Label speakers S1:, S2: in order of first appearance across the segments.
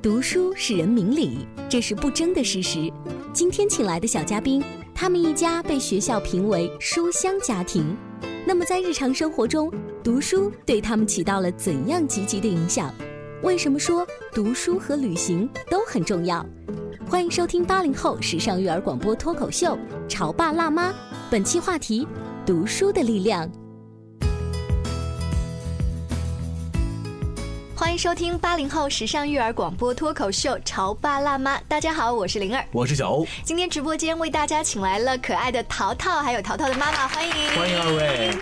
S1: 读书使人明理，这是不争的事实。今天请来的小嘉宾，他们一家被学校评为书香家庭。那么在日常生活中，读书对他们起到了怎样积极的影响？为什么说读书和旅行都很重要？欢迎收听八零后时尚育儿广播脱口秀《潮爸辣妈》，本期话题：读书的力量。
S2: 欢迎收听八零后时尚育儿广播脱口秀《潮爸辣妈》。大家好，我是灵儿。
S3: 我是小欧，
S2: 今天直播间为大家请来了可爱的淘淘，还有淘淘的妈妈，欢迎。
S3: 欢迎二位。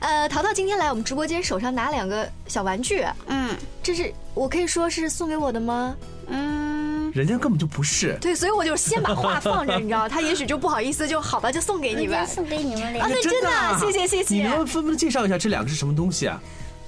S2: 呃，淘淘今天来我们直播间，手上拿两个小玩具，
S4: 嗯
S2: 这是我可以说是送给我的吗？
S4: 嗯，
S3: 人家根本就不是，
S2: 对，所以我就先把话放 着，你知道，他也许就不好意思，就好吧，就送给你
S4: 今
S2: 吧
S4: 天。送给你们哦
S2: 啊，
S4: 俩，
S2: 那真
S3: 真的啊
S2: 的，谢谢谢
S3: 你
S2: 谢。
S3: 能分不能介绍一下这两个是什么东西啊？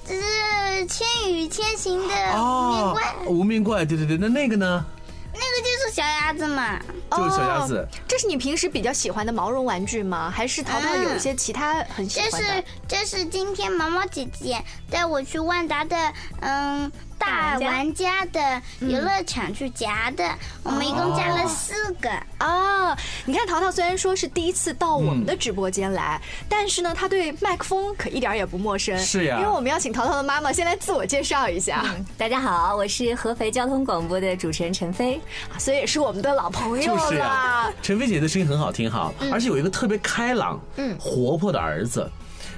S4: 这是《千与千寻》的
S2: 呃
S4: 无名
S3: 哦
S4: 怪，，
S3: 无名怪，对对对，那那个呢？
S4: 那个就是小鸭子嘛。
S3: 就是小鸭子。
S2: 哦这是你平时比较喜欢的毛绒玩具吗？还是淘淘有一些其他很喜
S4: 这
S2: 欢的？
S4: 是这是今天毛毛姐姐带我去万达的嗯
S2: 大玩
S4: 大
S2: 家
S4: 玩家的游乐场去夹的，我们一共夹了四个。
S2: 啊，你看淘淘虽然说是第一次到我们的直播间来，但是呢，他对麦克风可一点儿也不陌生。
S3: 是呀
S2: 因为我们要请淘淘的妈妈先来自我介绍一下，
S5: 大家好，我是合肥交通广播的主持人陈飞。
S2: 啊所以也是我们的老朋友
S3: 就是
S2: 了
S3: 呀。陈飞姐的声音很好听哈，而且有一个特别开朗、活泼的儿子。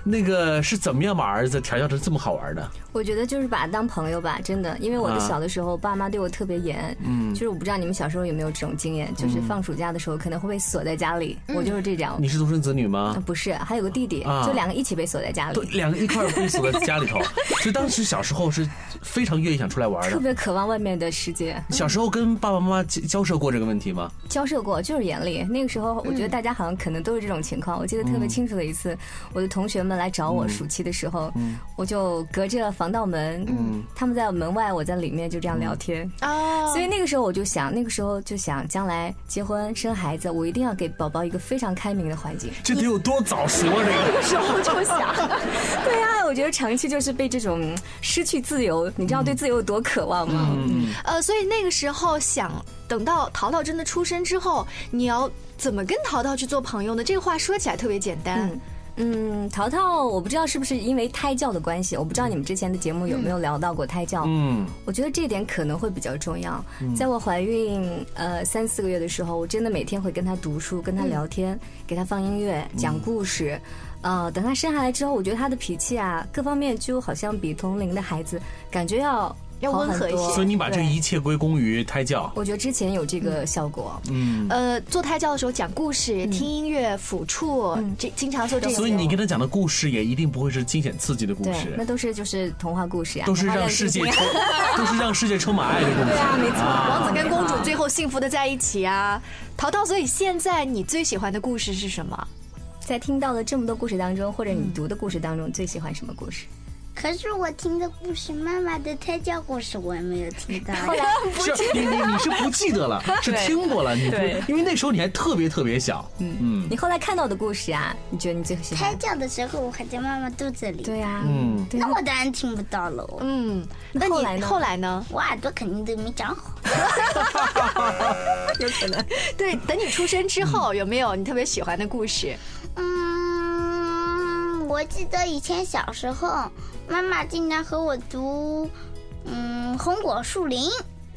S3: 那个是怎么样把儿子调教成这么好玩的？
S5: 我觉得就是把他当朋友吧，真的，因为我
S3: 啊
S5: 的小的时候，爸妈对我特别严，嗯，就是我不知道你们小时候有没有这种经验，就是放暑假的时候可能会被锁在家里，我就是这样。
S3: 嗯你是独生子女吗
S5: 啊？不是，还有个弟弟，
S3: 啊
S5: 就两个一起被锁在家
S3: 对，
S5: 里，
S3: 两个一块儿被锁在家里 头。就当时小时候是非常愿意想出来玩
S5: 特
S3: 的。
S5: 别渴望外面的世界。
S3: 小时候跟爸爸妈妈交交涉过这个问题吗？
S5: 交涉过，就是严厉。那个时候，我觉得大家好像可能都是这种情况。我记得特别清楚的一
S3: 嗯
S5: 次，我的同学们来找我暑期的时候，我就隔着防盗门，
S3: 嗯
S5: 他们在门外，我在里面，就这样聊天。
S2: 哦，
S5: 所以那个时候我就想，那个时候就想，将来结婚生孩子，我一定要给宝宝一个非常开明的环境。
S3: 这得有多早说这个？
S2: 时候就想，
S5: 对啊，我觉得长期就是被这种失去自由，你知道对自由有多渴望吗？
S3: 嗯，
S2: 呃，所以那个时候想，等到淘淘真的出生之后，你要怎么跟淘淘去做朋友呢？这个话说起来特别简单，
S5: 嗯嗯，淘淘，我不知道是不是因为胎教的关系，我不知道你们之前的节目有没有聊到过胎教。
S3: 嗯，
S5: 我觉得这点可能会比较重要。
S2: 嗯
S5: 在我怀孕呃三四个月的时候，我真的每天会跟他读书，跟他
S2: 嗯
S5: 聊天，给他放音乐，讲故事。
S2: 嗯
S5: 呃，等他生下来之后，我觉得他的脾气啊，各方面就好像比同龄的孩子感觉要
S2: 要
S5: 好
S2: 温
S5: 很
S2: 和一
S5: 多
S2: 些
S3: 所以你把这
S5: 对
S3: 一切归功于胎教。
S5: 我觉得之前有这个效果，
S3: 嗯，
S2: 呃，做胎教的时候讲故事、听音乐、抚触，这经常做这些。
S3: 所以你跟他讲的故事也一定不会是惊险刺激的故
S5: 对，那
S3: 事，
S5: 都是就是童话故事啊，
S3: 都是
S5: 童话
S3: 让
S5: 故事
S3: 世 界
S5: 不一样
S3: 充，都是让世界充满爱的故事。
S5: 对啊，没错，
S2: 王子跟公主
S5: 啊
S2: 最后幸福的在一起啊。淘淘，所以现在你最喜欢的故事是什么？
S5: 在听到了这么多故事当中，或者你读的故事当中，最喜欢什么故事？
S4: 可是我听的故事，妈妈的胎教故事我也没有听到。
S3: 是你你你是不记得了，是听过了，你不
S5: 对
S3: 因为那时候你还特别特别小，嗯
S5: 你后来看到的故事啊，你觉得你最喜
S4: 胎
S5: 欢？
S4: 教的时候我还在妈妈肚子里，
S5: 对呀，
S3: 嗯，
S5: 对
S4: 那
S5: 啊，
S4: 我当然听不到了哦，
S2: 嗯，
S5: 那
S2: 那你
S5: 后来呢
S2: 后来呢？
S4: 我耳朵肯定都没长好。
S5: 有可能。
S2: 对，等你出生之后，有没有你特别喜欢的故事？
S4: 嗯，我记得以前小时候，妈妈经常和我读，嗯，《红果树林》。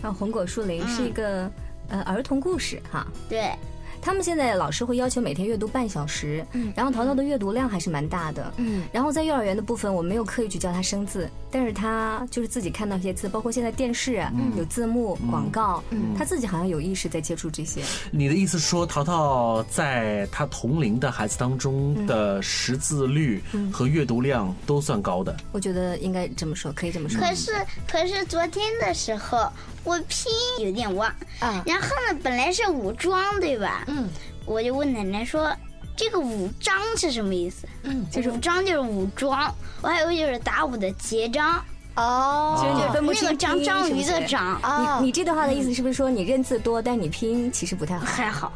S5: 然后《红果树林》是一个、呃儿童故事哈，
S4: 对，
S5: 他们现在老师会要求每天阅读半小时，然后淘淘的阅读量还是蛮大的，
S2: 嗯，
S5: 然后在幼儿园的部分，我没有刻意去教他生字，但是他就是自己看到一些字，包括现在电视、啊有字幕、
S3: 嗯
S5: 广告，
S2: 嗯
S5: 他自己好像有意识在接触这些，
S3: 你的意思说，淘淘在他同龄的孩子当中的识字率和阅读量都算高的，
S5: 我觉得应该这么说，可以这么
S2: 嗯
S5: 说。
S4: 可是可是昨天的时候，我拼音有点忘，
S2: 啊
S4: 然后呢，本来是五庄对吧？
S2: 嗯，
S4: 我就问奶奶说，这个五张是什么意思？
S2: 嗯，
S4: 就是五张就是武装，我还有就是打武的结章，
S2: 哦，
S5: 其实你分不
S4: 那
S5: 清
S4: 个章
S5: 拼音
S4: 章
S5: 是不
S4: 鱼
S5: 是
S4: 的章，
S2: 啊
S5: 你你这段话的意思是不是说你认字多，但你拼音其实不太好？
S4: 还好。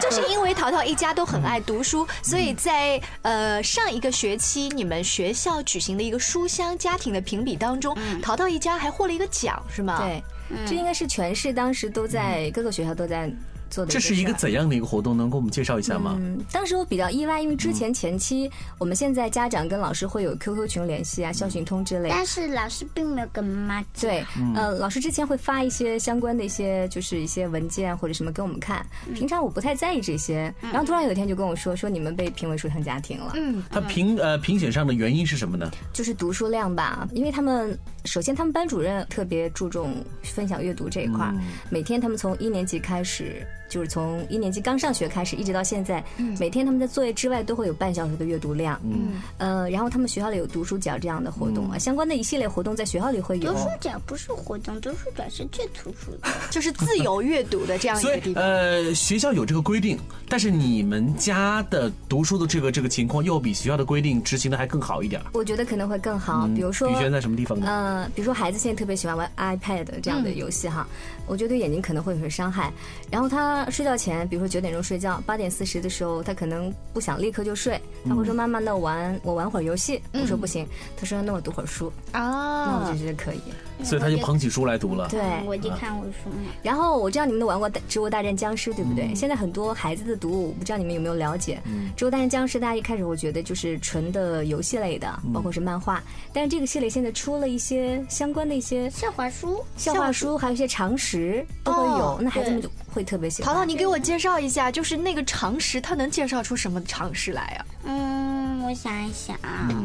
S2: 就是因为淘淘一家都很爱读书，所以在呃上一个学期你们学校举行的一个书香家庭的评比当中，淘淘一家还获了一个奖，是吗？，
S5: 对，这应该是全市当时都在各个学校都在做的。
S3: 嗯这是一个怎样的一个活动？能给我们介绍一下吗？
S5: 嗯，当时我比较意外，因为之前前期、我们现在家长跟老师会有 QQ 群联系啊、校讯通之类的。
S4: 但是老师并没有跟妈妈讲，
S5: 对，呃，老师之前会发一些相关的一些，就是一些文件啊或者什么给我们看。平常我不太在意这些，然后突然有一天就跟我说，说你们被评为书香家庭了。
S3: 他评呃评选上的原因是什么呢？
S5: 就是读书量吧，因为他们首先他们班主任特别注重分享阅读这一块儿，每天他们从一年级开始，就是从一年级刚上学开始，一直到现在，每天他们在作业之外都会有半小时的阅读量。嗯，呃，然后他们学校里有读书角这样的活动啊，相关的一系列活动在学校里会有
S4: 读。书角不是活动，读书角是最突出的。
S2: 就是自由阅读的这啊样一
S3: 所
S2: 个地
S3: 以
S2: 方。
S3: 呃，学校有这个规定，但是你们家的读书的这个这个情况，又比学校的规定执行的还更好一点儿。
S5: 我觉得可能会更好，
S3: 嗯
S5: 哦比如说
S3: 羽。泉在什么地方呢？
S5: 呃，比如说孩子现在特别喜欢玩 iPad 这样的游戏哈，我觉得对眼睛可能会有些伤害。然后他睡觉前，比如说九点钟睡觉，八点四十的时候，他可 能不想立刻就睡，他会说：“妈妈，那我玩我玩会儿游戏。”我说：“不行。”他说：“那我读会儿书。”那我
S2: 啊
S1: 嗯
S5: 就，觉得可以。
S3: 所以他就捧起书来读了。
S5: 对，
S4: 嗯我就看我书嘛，
S5: 然后我知道你们都玩过《植物大战僵尸》，对不对？现在很多孩子的读物，我不知道你们有没有了解。植物大战僵尸》大家一开始会觉得就是纯的游戏类的，包括是漫画，但是这个系列现在出了一些相关的一些
S4: 笑话书。
S5: 笑话书，还有一些常识都会有，
S2: 哦
S5: 那孩子们就会特别喜欢。
S2: 淘淘，你给我介绍一下，就是那个常识，他能介绍出什么常识来啊？
S4: 嗯，我想一想，啊
S5: 嗯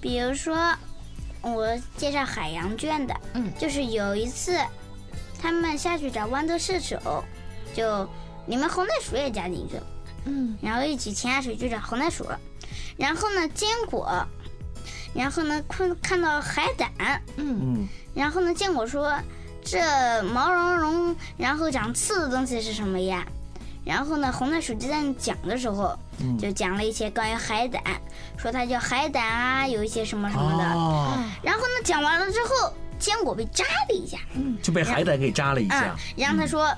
S4: 比如说我介绍海洋卷的，
S2: 嗯
S4: 就是有一次他们下去找豌豆射手，就你们红袋鼠也加进去了，
S2: 嗯，
S4: 然后一起潜下水去找红袋鼠，然后呢坚果，然后呢看看到海胆，
S3: 嗯，
S4: 然后呢坚果说这毛茸茸然后长刺的东西是什么呀？然后呢，红袋鼠就在那讲的时候，就讲了一些关于海胆，说它叫海胆啊，有一些什么什么的。
S3: 哦，
S4: 然后呢，讲完了之后，坚果被扎了一下，
S3: 就被海胆给扎了一
S4: 嗯
S3: 下。，
S4: 然后他说。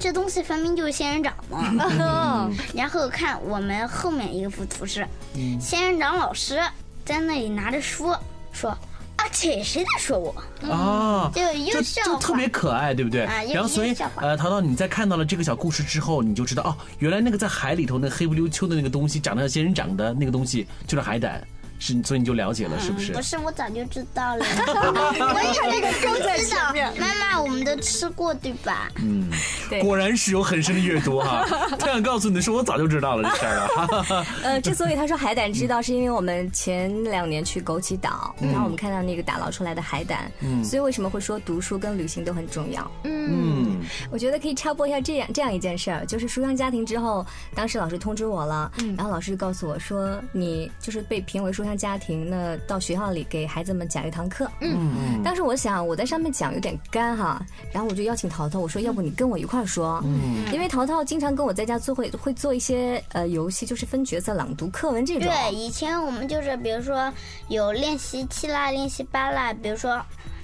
S4: 这东西分明就是仙人掌嘛！
S2: 嗯，
S4: 然后看我们后面一个幅图是，
S3: 嗯
S4: 仙人掌老师在那里拿着书说：“啊切，谁在说我
S3: 啊？”，
S4: 就又
S3: 就
S4: 嗯笑
S3: 就
S4: 话，
S3: 特别可爱，对不对？
S4: 啊又
S3: 然后所以
S4: 又笑话
S3: 呃，淘淘，你在看到了这个小故事之后，你就知道哦，原来那个在海里头那黑不溜秋的那个东西，长得像仙人掌的那个东西，就是海胆，是，所以你就了解了，是不是？
S4: 嗯不是，我早就知道 了。我以为你都知道，妈妈，我们都吃过对吧？
S5: 对
S3: 果然是有很深的阅读哈、 他想告诉你的是，我早就知道了这事儿了。
S5: 呃，之所以他说海胆知道，是因为我们前两年去枸杞岛，然后我们看到那个打捞出来的海胆，所以为什么会说读书跟旅行都很重要？
S3: 嗯，
S5: 我觉得可以插播一下这样这样一件事儿，就是书香家庭之后，当时老师通知我了，然后老师就告诉我说，你就是被评为书香家庭，那到学校里给孩子们讲一堂课。嗯，当时我想我在上面讲有点干哈，然后我就邀请淘淘，我说要不你跟我一块儿说，嗯，因为淘淘经常跟我在家做会会做一些呃游戏，就是分角色朗读课文这种。
S4: 对，以前我们就是，比如说有练习七啦，练习八啦，比如说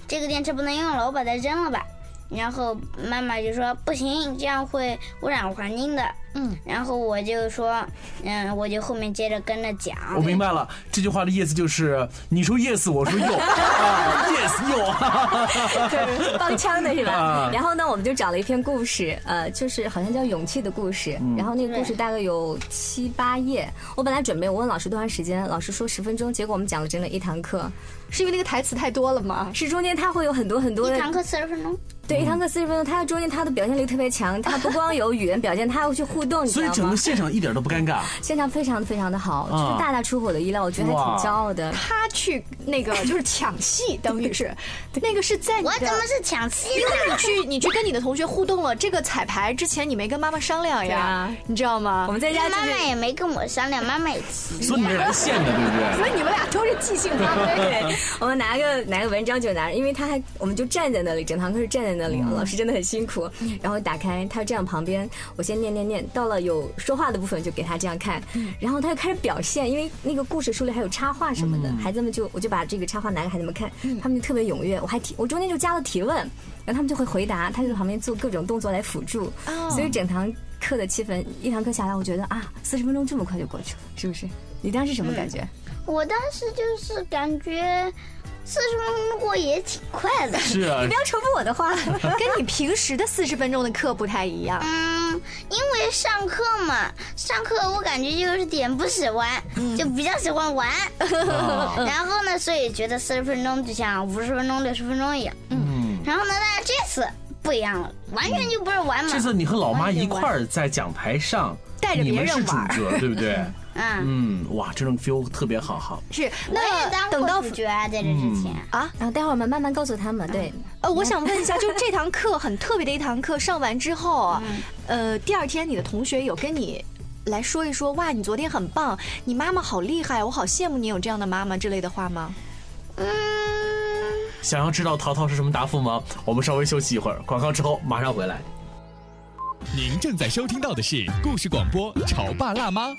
S4: 这个电池不能用了，我把它扔了吧。然后妈妈就说不行，这样会污染环境的。嗯，然后我就说，嗯，我就后面接着跟着讲。
S3: 我明白了，这句话的意思就是你说 yes，我说 you 啊，yes you 啊。
S5: 对，帮腔的是吧
S3: 啊？
S5: 然后呢，我们就找了一篇故事，呃，就是好像叫《勇气的故事》，
S3: 嗯
S5: 然后那个故事大概有七八页。我本来准备我问老师多长时间，老师说十分钟，结果我们讲了整整一堂课。
S2: 是因为那个台词太多了吗？
S5: 是中间他会有很多很多的
S4: 一堂课四十分钟，
S5: 对，一堂课四十分钟，他中间他的表现力特别强，他不光有语言表现，他还会去互动，你知
S3: 所以
S5: 道
S3: 整
S5: 吗
S3: 个？现场一点都不尴 尬，
S5: 现场非常非常的好，就
S3: 啊
S5: 是大大出乎我的意料，我觉得还
S3: 哇
S5: 挺骄傲的。
S2: 他去那 个就是抢戏，等于是，那个是在哎你
S4: 我怎
S2: 的
S4: 么是抢戏
S2: 因
S4: 呢？
S2: 为你去你去跟你的同学互动了，这个彩排之前你没跟妈妈商量呀，
S5: 对啊
S2: 你知道吗
S5: 我？们在家就
S4: 妈妈
S5: 是
S4: 也没跟我商量，妈妈也急
S3: 所以你是来现的，对不对？
S2: 所以你们俩都是记性发挥。
S5: 对，我们拿个拿个文章就拿，因为他还我们就站在那里，整堂课是站在那里，啊老师真的很辛苦。然后打开，他这样旁边，我先念念念，到了有说话的部分就给他这样看，然后他就开始表现，因为那个故事书里还有插画什么的，孩子们就我就把这个插画拿给孩子们看，他们就特别踊跃，我还提我中间就加了提问，然后他们就会回答，他就在旁边做各种动作来辅助，所以整堂课的气氛，一堂课下来，我觉得啊，四十分钟这么快就过去了，是不是？你当时什么感觉？
S4: 我当时就是感觉四十分钟过也挺快的。
S3: 是啊
S5: 不，要重复我的话。 啊
S2: 跟你平时的四十分钟的课不太一样，
S4: 嗯，因为上课嘛，上课我感觉就是点不喜欢，
S3: 嗯
S4: 就比较喜欢玩。
S3: 哦
S4: 然后呢，所以觉得四十分钟就像五十分钟、六十分钟一样。
S3: 嗯，
S4: 然后呢，但是这次不一样了，完全就不是玩嘛。
S3: 这次嗯你和老妈一块儿在讲台上，
S2: 嗯带着
S3: 你
S2: 别
S3: 们
S2: 人
S3: 是主
S2: 玩儿
S3: 角，对不对？
S4: 嗯，
S3: 嗯，哇，这种 feel 特别好哈。
S2: 是
S4: 我也
S2: 那
S4: 当
S2: 等到
S4: 过主角啊，在这之前。
S5: 然后待会儿我们慢慢告诉他们，对，
S2: 呃，我想问一
S5: 嗯
S2: 下，就是这堂课很特别的一堂课，上完之后 啊，
S5: 嗯
S2: 呃，第二天你的同学有跟你来说一说，哇，你昨天很棒，你妈妈好厉害，我好羡慕你有这样的妈妈之类的话吗？
S4: 嗯，
S3: 想要知道淘淘是什么答复吗？我们稍微休息一会儿，广告之后马上回来。
S6: 您正在收听到的是故事广播《潮爸辣妈》。
S1: 《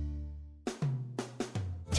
S7: 《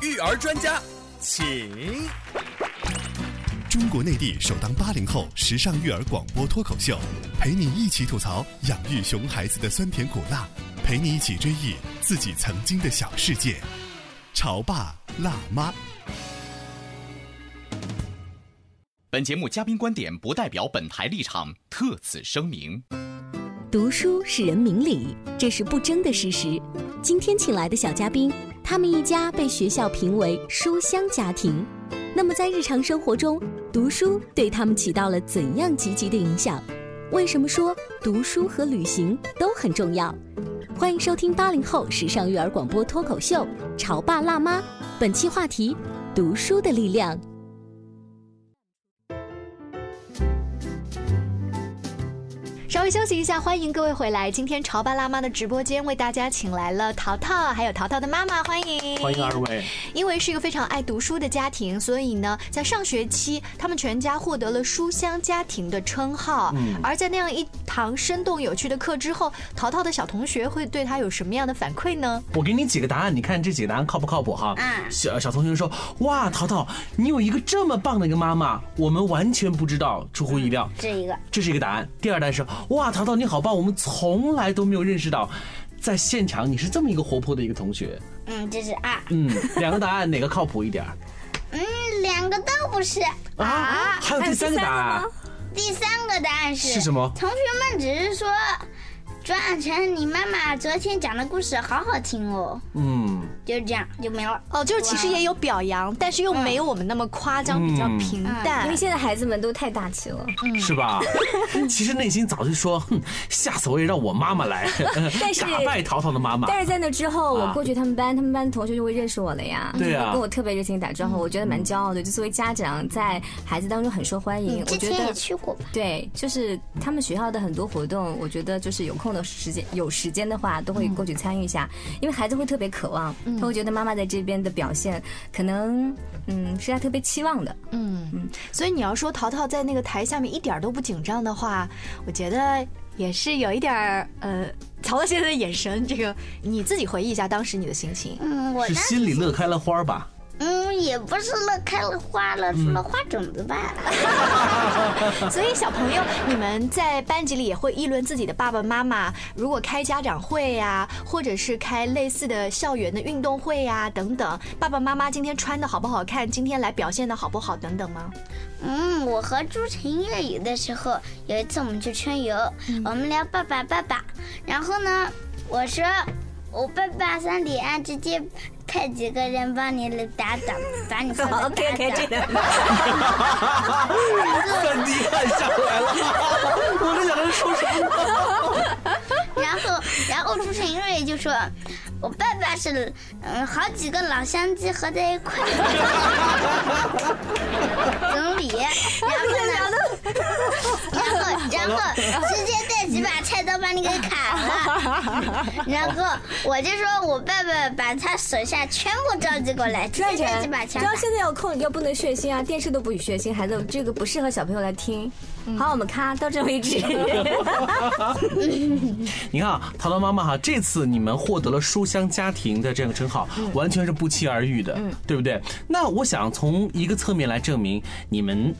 S8: 育儿专家，请。
S9: 中国内地首档八零后时尚育儿广播脱口秀，陪你一起吐槽养育熊孩子的酸甜苦辣，陪你一起追忆自己曾经的小世界。潮爸辣妈，
S6: 本节目嘉宾观点不代表本台立场，特此声明。
S1: 读书是人明理，这是不争的事实。今天请来的小嘉宾，他们一家被学校评为书香家庭。那么在日常生活中，读书对他们起到了怎样积极的影响？为什么说读书和旅行都很重要？欢迎收听八零后时尚育儿广播脱口秀《潮爸辣妈》，本期话题：读书的力量。
S2: 稍微休息一下，欢迎各位回来。今天潮爸辣妈的直播间为大家请来了淘淘，还有淘淘的妈妈，欢迎
S3: 欢迎二啊位，
S2: 因为是一个非常爱读书的家庭，所以呢，在上学期，他们全家获得了“书香家庭”的称号。
S3: 嗯
S2: 而在那样一堂生动有趣的课之后，淘淘的小同学会对他有什么样的反馈呢？
S3: 我给你几个答案，你看这几个答案靠不靠谱哈？
S4: 嗯
S3: 小小同学说，哇，淘淘，你有一个这么棒的一个妈妈，我们完全不知道，出乎意料。
S2: 嗯
S4: 这一个
S3: 这是一个答案。第二答案是哇，淘淘你好棒，我们从来都没有认识到，在现场你是这么一个活泼的一个同学。
S4: 嗯，这是二，
S3: 嗯，两个答案哪个靠谱一点儿
S4: 嗯，两个都不是。
S3: 啊？还有第三个答案
S4: 第三个答案
S3: 是什么？
S4: 同学们只是说，说暗晨，你妈妈昨天讲的故事好好听哦，
S3: 嗯，
S4: 就是这样就没了。
S2: 哦，就是其实也有表扬，但是又没有我们那么夸张，比较平淡。
S5: 因为现在孩子们都太大气了，
S3: 是 吧？其实内心早就说，哼，下次我也让我妈妈来，
S5: 但是
S3: 打败淘淘的妈妈。
S5: 但是在那之后，我
S3: 啊
S5: 过去他们班，他们班同学就会认识我了呀，
S3: 对啊
S5: 就跟我特别热情地打招呼，我觉得 蛮骄傲的。就作为家长，在孩子当中很受欢迎，
S4: 你
S5: 哎我
S4: 之
S5: 觉
S4: 前也
S5: 得
S4: 去过吧？
S5: 对，就是他们学校的很多活动，我觉得就是有空的时间，有时间的话都会
S4: 嗯
S5: 过去参与一下，因为孩子会特别渴望，他会觉得妈妈在这边的表现，可能嗯是他特别期望的。
S2: 嗯，所以你要说淘淘在那个台下面一点儿都不紧张的话，我觉得也是有一点儿呃，淘淘现在的眼神，这个你自己回忆一下当时你的心情。
S4: 嗯，我
S3: 是
S4: 当
S3: 心里乐开了花儿 吧？
S4: 嗯也不是乐开了花
S3: 嗯
S4: 了，除了花种子吧。
S2: 所以小朋友，你们在班级里也会议论自己的爸爸妈妈，如果开家长会呀、或者是开类似的校园的运动会呀、等等，爸爸妈妈今天穿的好不好看，今天来表现的好不好等等吗？
S4: 嗯，我和朱晨夜雨的时候，有一次我们去春游，
S5: 嗯
S4: 我们聊爸爸爸爸，然后呢，我说我爸爸三点按直接派几个人帮你来打倒，把你扫 打倒。
S5: OK OK，这个
S3: 三 D 看下来了， 我在想他说什么。
S4: 然后，然后朱晨瑞就说，我爸爸是嗯好几个老乡鸡合在一块儿总理，然后呢，然后然后直接带几把菜刀把你给砍了，然后我就说我爸爸把他手下全部召集过来，直
S5: 赚
S4: 接带
S5: 钱
S4: 几把，
S5: 只
S4: 枪
S5: 要
S4: 打。
S5: 现在要控，要不能血腥啊，电视都不许血腥，孩子这个不适合小朋友来听。好，我们咔到这为止。
S3: 你看啊，淘淘妈妈哈，这次你们获得了书香家庭的这样一个称号，完全是不期而遇的，对不对？那我想从一个侧面来证明你们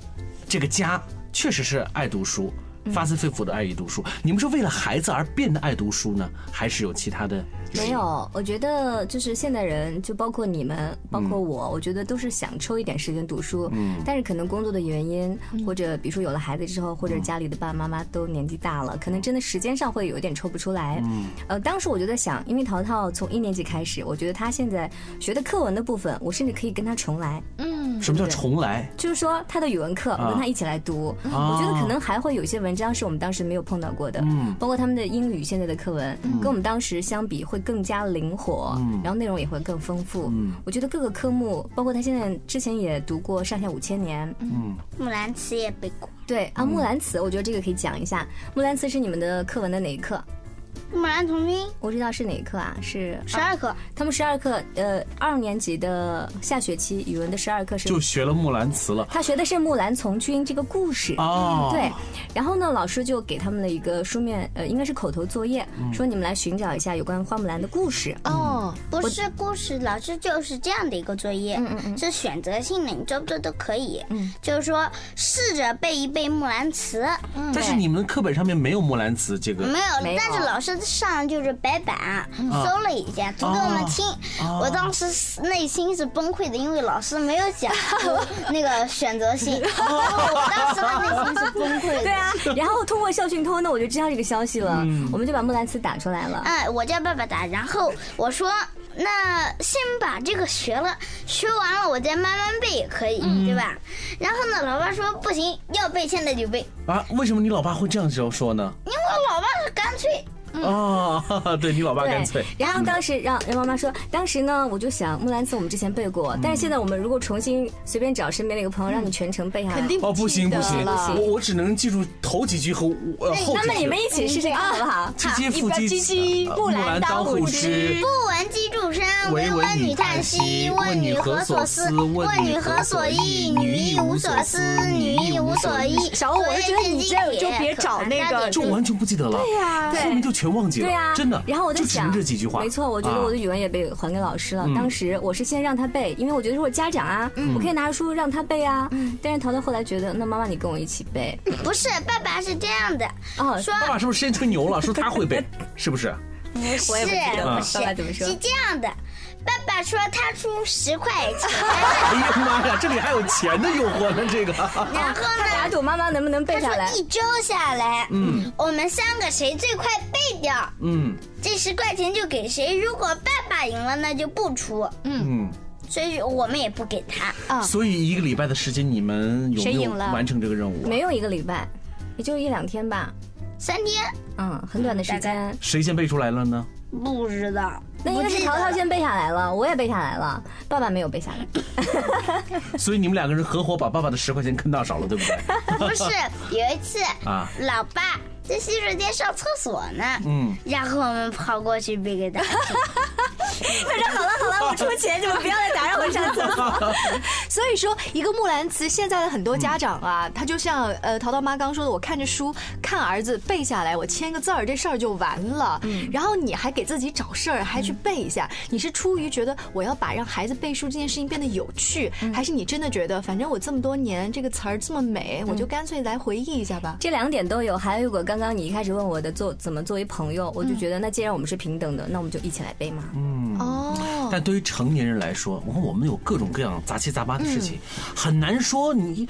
S3: 这个家确实是爱读书。发自肺腑的爱于读书，你们是为了孩子而变得爱读书呢，还是有其他的原
S5: 没
S3: 因？
S5: 有，我觉得就是现代人，就包括你们，包括我，我觉得都是想抽一点时间读书，
S3: 嗯
S5: 但是可能工作的原因，或者比如说有了孩子之后，或者家里的爸爸妈妈都年纪大了，可能真的时间上会有一点抽不出来。
S3: 嗯
S5: 呃，当时我就在想，因为淘淘从一年级开始，我觉得他现在学的课文的部分，我甚至可以跟他重来。
S2: 嗯，
S3: 什么叫重来？
S5: 就是说他的语文课，
S3: 啊
S5: 我跟他一起来读，
S3: 啊
S5: 我觉得可能还会有一些文章是我们当时没有碰到过的，
S3: 嗯
S5: 包括他们的英语现在的课文，跟我们当时相比会更加灵活，
S3: 嗯
S5: 然后内容也会更丰富。
S3: 嗯
S5: 我觉得各个科目，包括他现在之前也读过《上下五千年》，
S3: 嗯，
S4: 木兰辞也背过，
S5: 对啊，《木兰辞》，我觉得这个可以讲一下，《木兰辞》是你们的课文的哪一课？
S4: 木兰从军
S5: 我知道是哪一课啊？是
S4: 十二课，
S5: 他们十二课，呃，二年级的下学期语文的十二课是
S3: 就学了《木兰辞》了。
S5: 他学的是《木兰从军》这个故事
S3: 哦
S5: 嗯对。然后呢，老师就给他们了一个书面，呃，应该是口头作业，
S3: 嗯
S5: 说你们来寻找一下有关花木兰的故事。啊
S2: 哦，
S4: 不是故事，老师就是这样的一个作业，
S5: 嗯
S4: 是选择性的，你做不做都可以。就是说试着背一背《木兰辞》
S3: 但是你们的课本上面没有《木兰辞》这个
S4: 没有，
S5: 嗯没有嗯
S4: 但是老师上就是白板、搜了一下，读给我们听。我当时是内心是崩溃的，因为老师没有讲 出那个选择性，然后我当时的内心是崩溃
S5: 对
S4: 的。
S5: 啊，然后通过校讯通呢，我就知道这个消息了，
S3: 嗯
S5: 我们就把《木兰辞》打出来
S3: 啊
S5: 了。
S4: 嗯，我叫爸爸打，然后我说。那先把这个学了，学完了我再慢慢背也可以，
S3: 嗯
S4: 对吧？然后呢，老爸说不行，要背现在就背。
S3: 啊？为什么你老爸会这样说说呢？
S4: 因为我老爸是干脆，
S3: 啊，哈哈对你老爸干脆
S5: 对，然后当时让让妈妈说，当时呢，我就想《木兰辞》我们之前背过，但是现在我们如果重新随便找身边的一个朋友让你全程背下来，
S2: 肯定
S3: 哦，不行
S2: 记
S3: 不
S2: 得
S3: 行，
S2: 了
S3: 我我只能记住头几句和呃后
S5: 那么
S3: 几
S5: 你们
S3: 句。
S5: 一起试试看好不好？
S3: 唧唧复
S2: 一
S3: 唧，
S2: 边唧唧
S3: 呃
S2: 木兰当户织
S4: 不闻机杼声，
S3: 惟
S4: 闻
S3: 闻女
S4: 女
S3: 叹
S4: 叹
S3: 息
S4: 息。
S3: 问
S4: 问
S3: 女
S4: 女
S3: 何
S4: 何
S3: 所
S4: 所
S3: 思
S4: 思？
S3: 问
S4: 问
S3: 女
S4: 女
S3: 何
S4: 何
S3: 所
S4: 所
S3: 忆
S4: 忆？
S3: 女
S4: 女
S3: 亦
S4: 亦
S3: 无
S4: 无
S3: 所
S4: 所
S3: 思
S4: 思，
S3: 女
S4: 女
S3: 亦
S4: 亦
S3: 无
S4: 无
S3: 所
S4: 所
S3: 忆
S4: 忆。
S2: 小欧我就觉得你这样就别找那个
S3: 这 我完全不记得了，对
S2: 呀
S3: 后面就全忘记了，
S5: 对呀、
S3: 真的。
S5: 然后我在
S3: 就只
S5: 想
S3: 剩这几句话，
S5: 没错，我觉得我的
S3: 啊
S5: 语文也被还给老师了。
S3: 嗯
S5: 当时我是先让他背，因为我觉得是我家长啊，我可以拿着书让他背啊。但是淘淘后来觉得，那妈妈你跟我一起背，
S4: 不是，爸爸是这样的，
S5: 哦，
S4: 说
S3: 爸爸是不是 先吹牛了？说他会背，是不是？
S4: 不是
S5: 我也不记得
S4: 不是
S5: 爸爸怎么说
S4: 是这样的，爸爸说他出十块钱，
S3: 哎呀妈呀，这里还有钱的诱惑呢，这个。
S4: 然后呢，
S5: 打赌妈妈能不能背下来
S4: 他说一周下来，
S3: 嗯，
S4: 我们三个谁最快背掉，
S3: 嗯
S4: 这十块钱就给谁。如果爸爸赢了，那就不出，嗯，
S3: 嗯，
S4: 所以我们也不给他。
S3: 所以一个礼拜的时间，你们有没
S5: 嗯谁
S3: 有
S5: 赢了
S3: 完成这个任务啊？
S5: 没有一个礼拜，也就一两天吧，
S4: 三天，
S5: 嗯，很短的时间。
S3: 谁先背出来了呢？
S4: 不知道，
S5: 那应该是淘淘先背下来了，我也背下来了，爸爸没有背下来。
S3: 所以你们两个人合伙把爸爸的十块钱坑到手了，对不对？
S4: 不是有一次
S3: 啊
S4: 老爸在洗手间上厕所呢，
S3: 嗯，
S4: 然后我们跑过去背给他。
S5: 他说好了好了，我出钱，你们不要再打扰我上厕所。
S2: 所以说，一个木兰辞，现在的很多家长啊，他就像呃淘淘妈刚说的，我看着书，看儿子背下来，我签个字儿，这事儿就完了。然后你还给自己找事儿，还去背一下，你是出于觉得我要把让孩子背书这件事情变得有趣，还是你真的觉得反正我这么多年这个词儿这么美，我就干脆来回忆一下吧？
S5: 这两点都有，还有一个刚刚你一开始问我的做怎么作为朋友，我就觉得那既然我们是平等的，那我们就一起来背嘛。
S3: 嗯。
S2: 哦，
S3: 但对于成年人来说，我看我们有各种各样杂七杂八的事情，
S2: 嗯
S3: 很难说你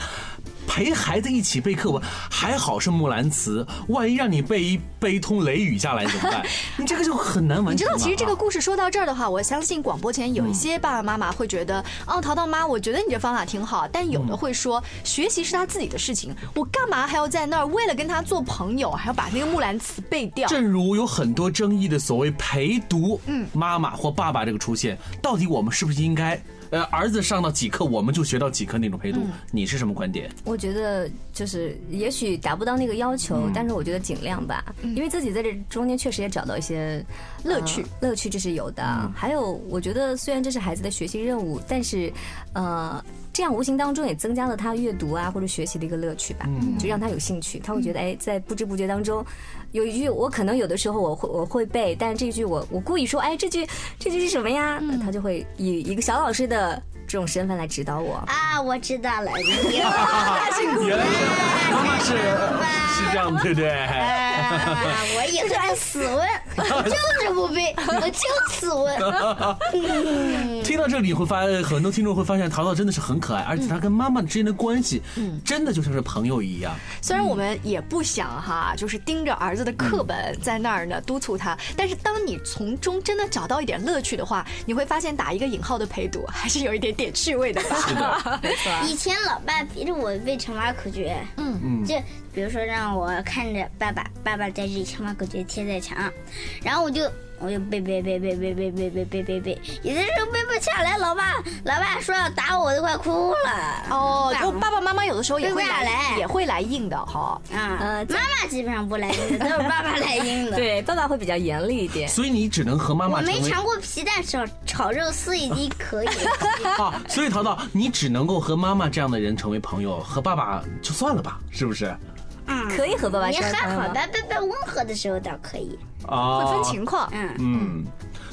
S3: 陪孩子一起背课文，还好是《木兰辞》，万一让你背一背一通《雷雨》下来怎么 办？你这个就很难完成了啊。
S2: 你知道，其实这个故事说到这儿的话，我相信广播前有一些爸爸妈妈会觉得，哦，淘淘妈，我觉得你这方法挺好，但有的会说，学习是他自己的事情，我干嘛还要在那儿为了跟他做朋友，还要把那个《木兰辞》背掉？
S3: 正如有很多争议的所谓陪读，
S2: 嗯
S3: 妈妈或爸爸这个出现，到底我们是不是应该，呃，儿子上到几课我们就学到几课那种陪读？
S2: 嗯
S3: 你是什么观 点？
S5: 我觉得就是也许达不到那个要求，但是我觉得尽量吧，因为自己在这中间确实也找到一些
S2: 乐趣
S5: 呃乐趣这是有的。还有，我觉得虽然这是孩子的学习任务，但是，呃。这样无形当中也增加了他阅读啊或者学习的一个乐趣吧，就让他有兴趣，他会觉得哎，在不知不觉当中，有一句我可能有的时候我会我会背，但是这一句我我故意说哎这句这句是什么呀？他就会以一个小老师的这种身份来指导我。
S4: 啊，我知道了，
S3: 原来是妈妈是呃是这样，对不对？
S4: 啊， 我也是 死问，我就是不背，我就死问。
S3: 听到这里，你会发很多听众会发现淘淘真的是很可爱，而且她跟妈妈之间的关系，真的就像是朋友一样。
S2: 虽然我们也不想哈，就是盯着儿子的课本在那儿呢督促他，但是当你从中真的找到一点乐趣的话，你会发现打一个引号的陪读还是有一点点趣味的吧？
S3: 是的，
S4: 以前老爸逼着我背《乘法口诀》，
S3: 嗯
S4: 就比如说让我看着爸爸，爸爸在这里《乘法口诀》贴在墙上，然后我就我就背背背背背背背背背背背，有的时候背不下来，老爸老爸说要打我，我都快哭了。
S2: 哦，就爸爸妈妈有的时候也会
S4: 对不
S2: 来
S4: 来
S2: 也会来硬的哈。
S4: 啊
S5: 呃，
S4: 妈妈基本上不来硬的，都是爸爸来 硬的。
S5: 对，爸爸会比较严厉一点。
S3: 所以你只能和妈
S4: 我
S3: 妈成
S4: 没
S3: 为
S4: 尝过皮蛋炒炒肉丝已经可以了，
S3: 啊，所以淘淘，你只能够和妈妈这样的人成为朋友，和爸爸就算了吧，是不是？
S4: 嗯，
S5: 可以和爸嗯爸
S4: 也
S5: 成为
S4: 还
S5: 朋友
S4: 好
S5: 吗
S4: 吧，爸爸温和的时候倒可以，
S3: 啊，
S2: 会分情况，
S4: 嗯。
S3: 嗯，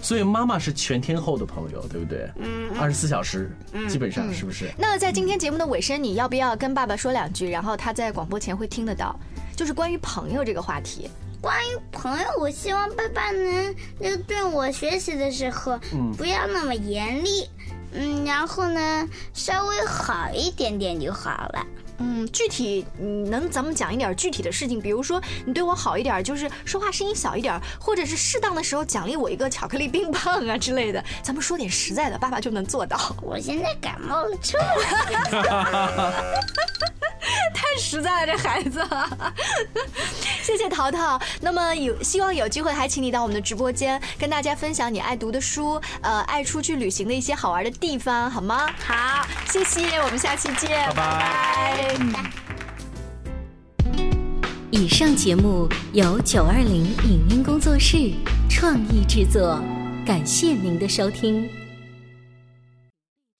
S3: 所以妈妈是全天候的朋友，对不对？嗯，二十四小时，基本上是不是？
S2: 那在今天节目的尾声，你要不要跟爸爸说两句？然后他在广播前会听得到，就是关于朋友这个话题。
S4: 关于朋友，我希望爸爸能就对我学习的时候，不要那么严厉，嗯，然后呢，稍微好一点点就好了。
S2: 嗯，具体嗯能咱们讲一点具体的事情，比如说你对我好一点，就是说话声音小一点，或者是适当的时候奖励我一个巧克力冰棒啊之类的。咱们说点实在的，爸爸就能 做到。
S4: 我现在感冒了，出来了。
S2: 太实在了，这孩子。谢谢淘淘。那么有希望有机会还请你到我们的直播间，跟大家分享你爱读的书，呃，爱出去旅行的一些好玩的地方，好吗？好，谢谢，我们下期见，
S3: 拜拜
S2: 拜
S1: 以上节目由九二零影音工作室创意制作，感谢您的收听。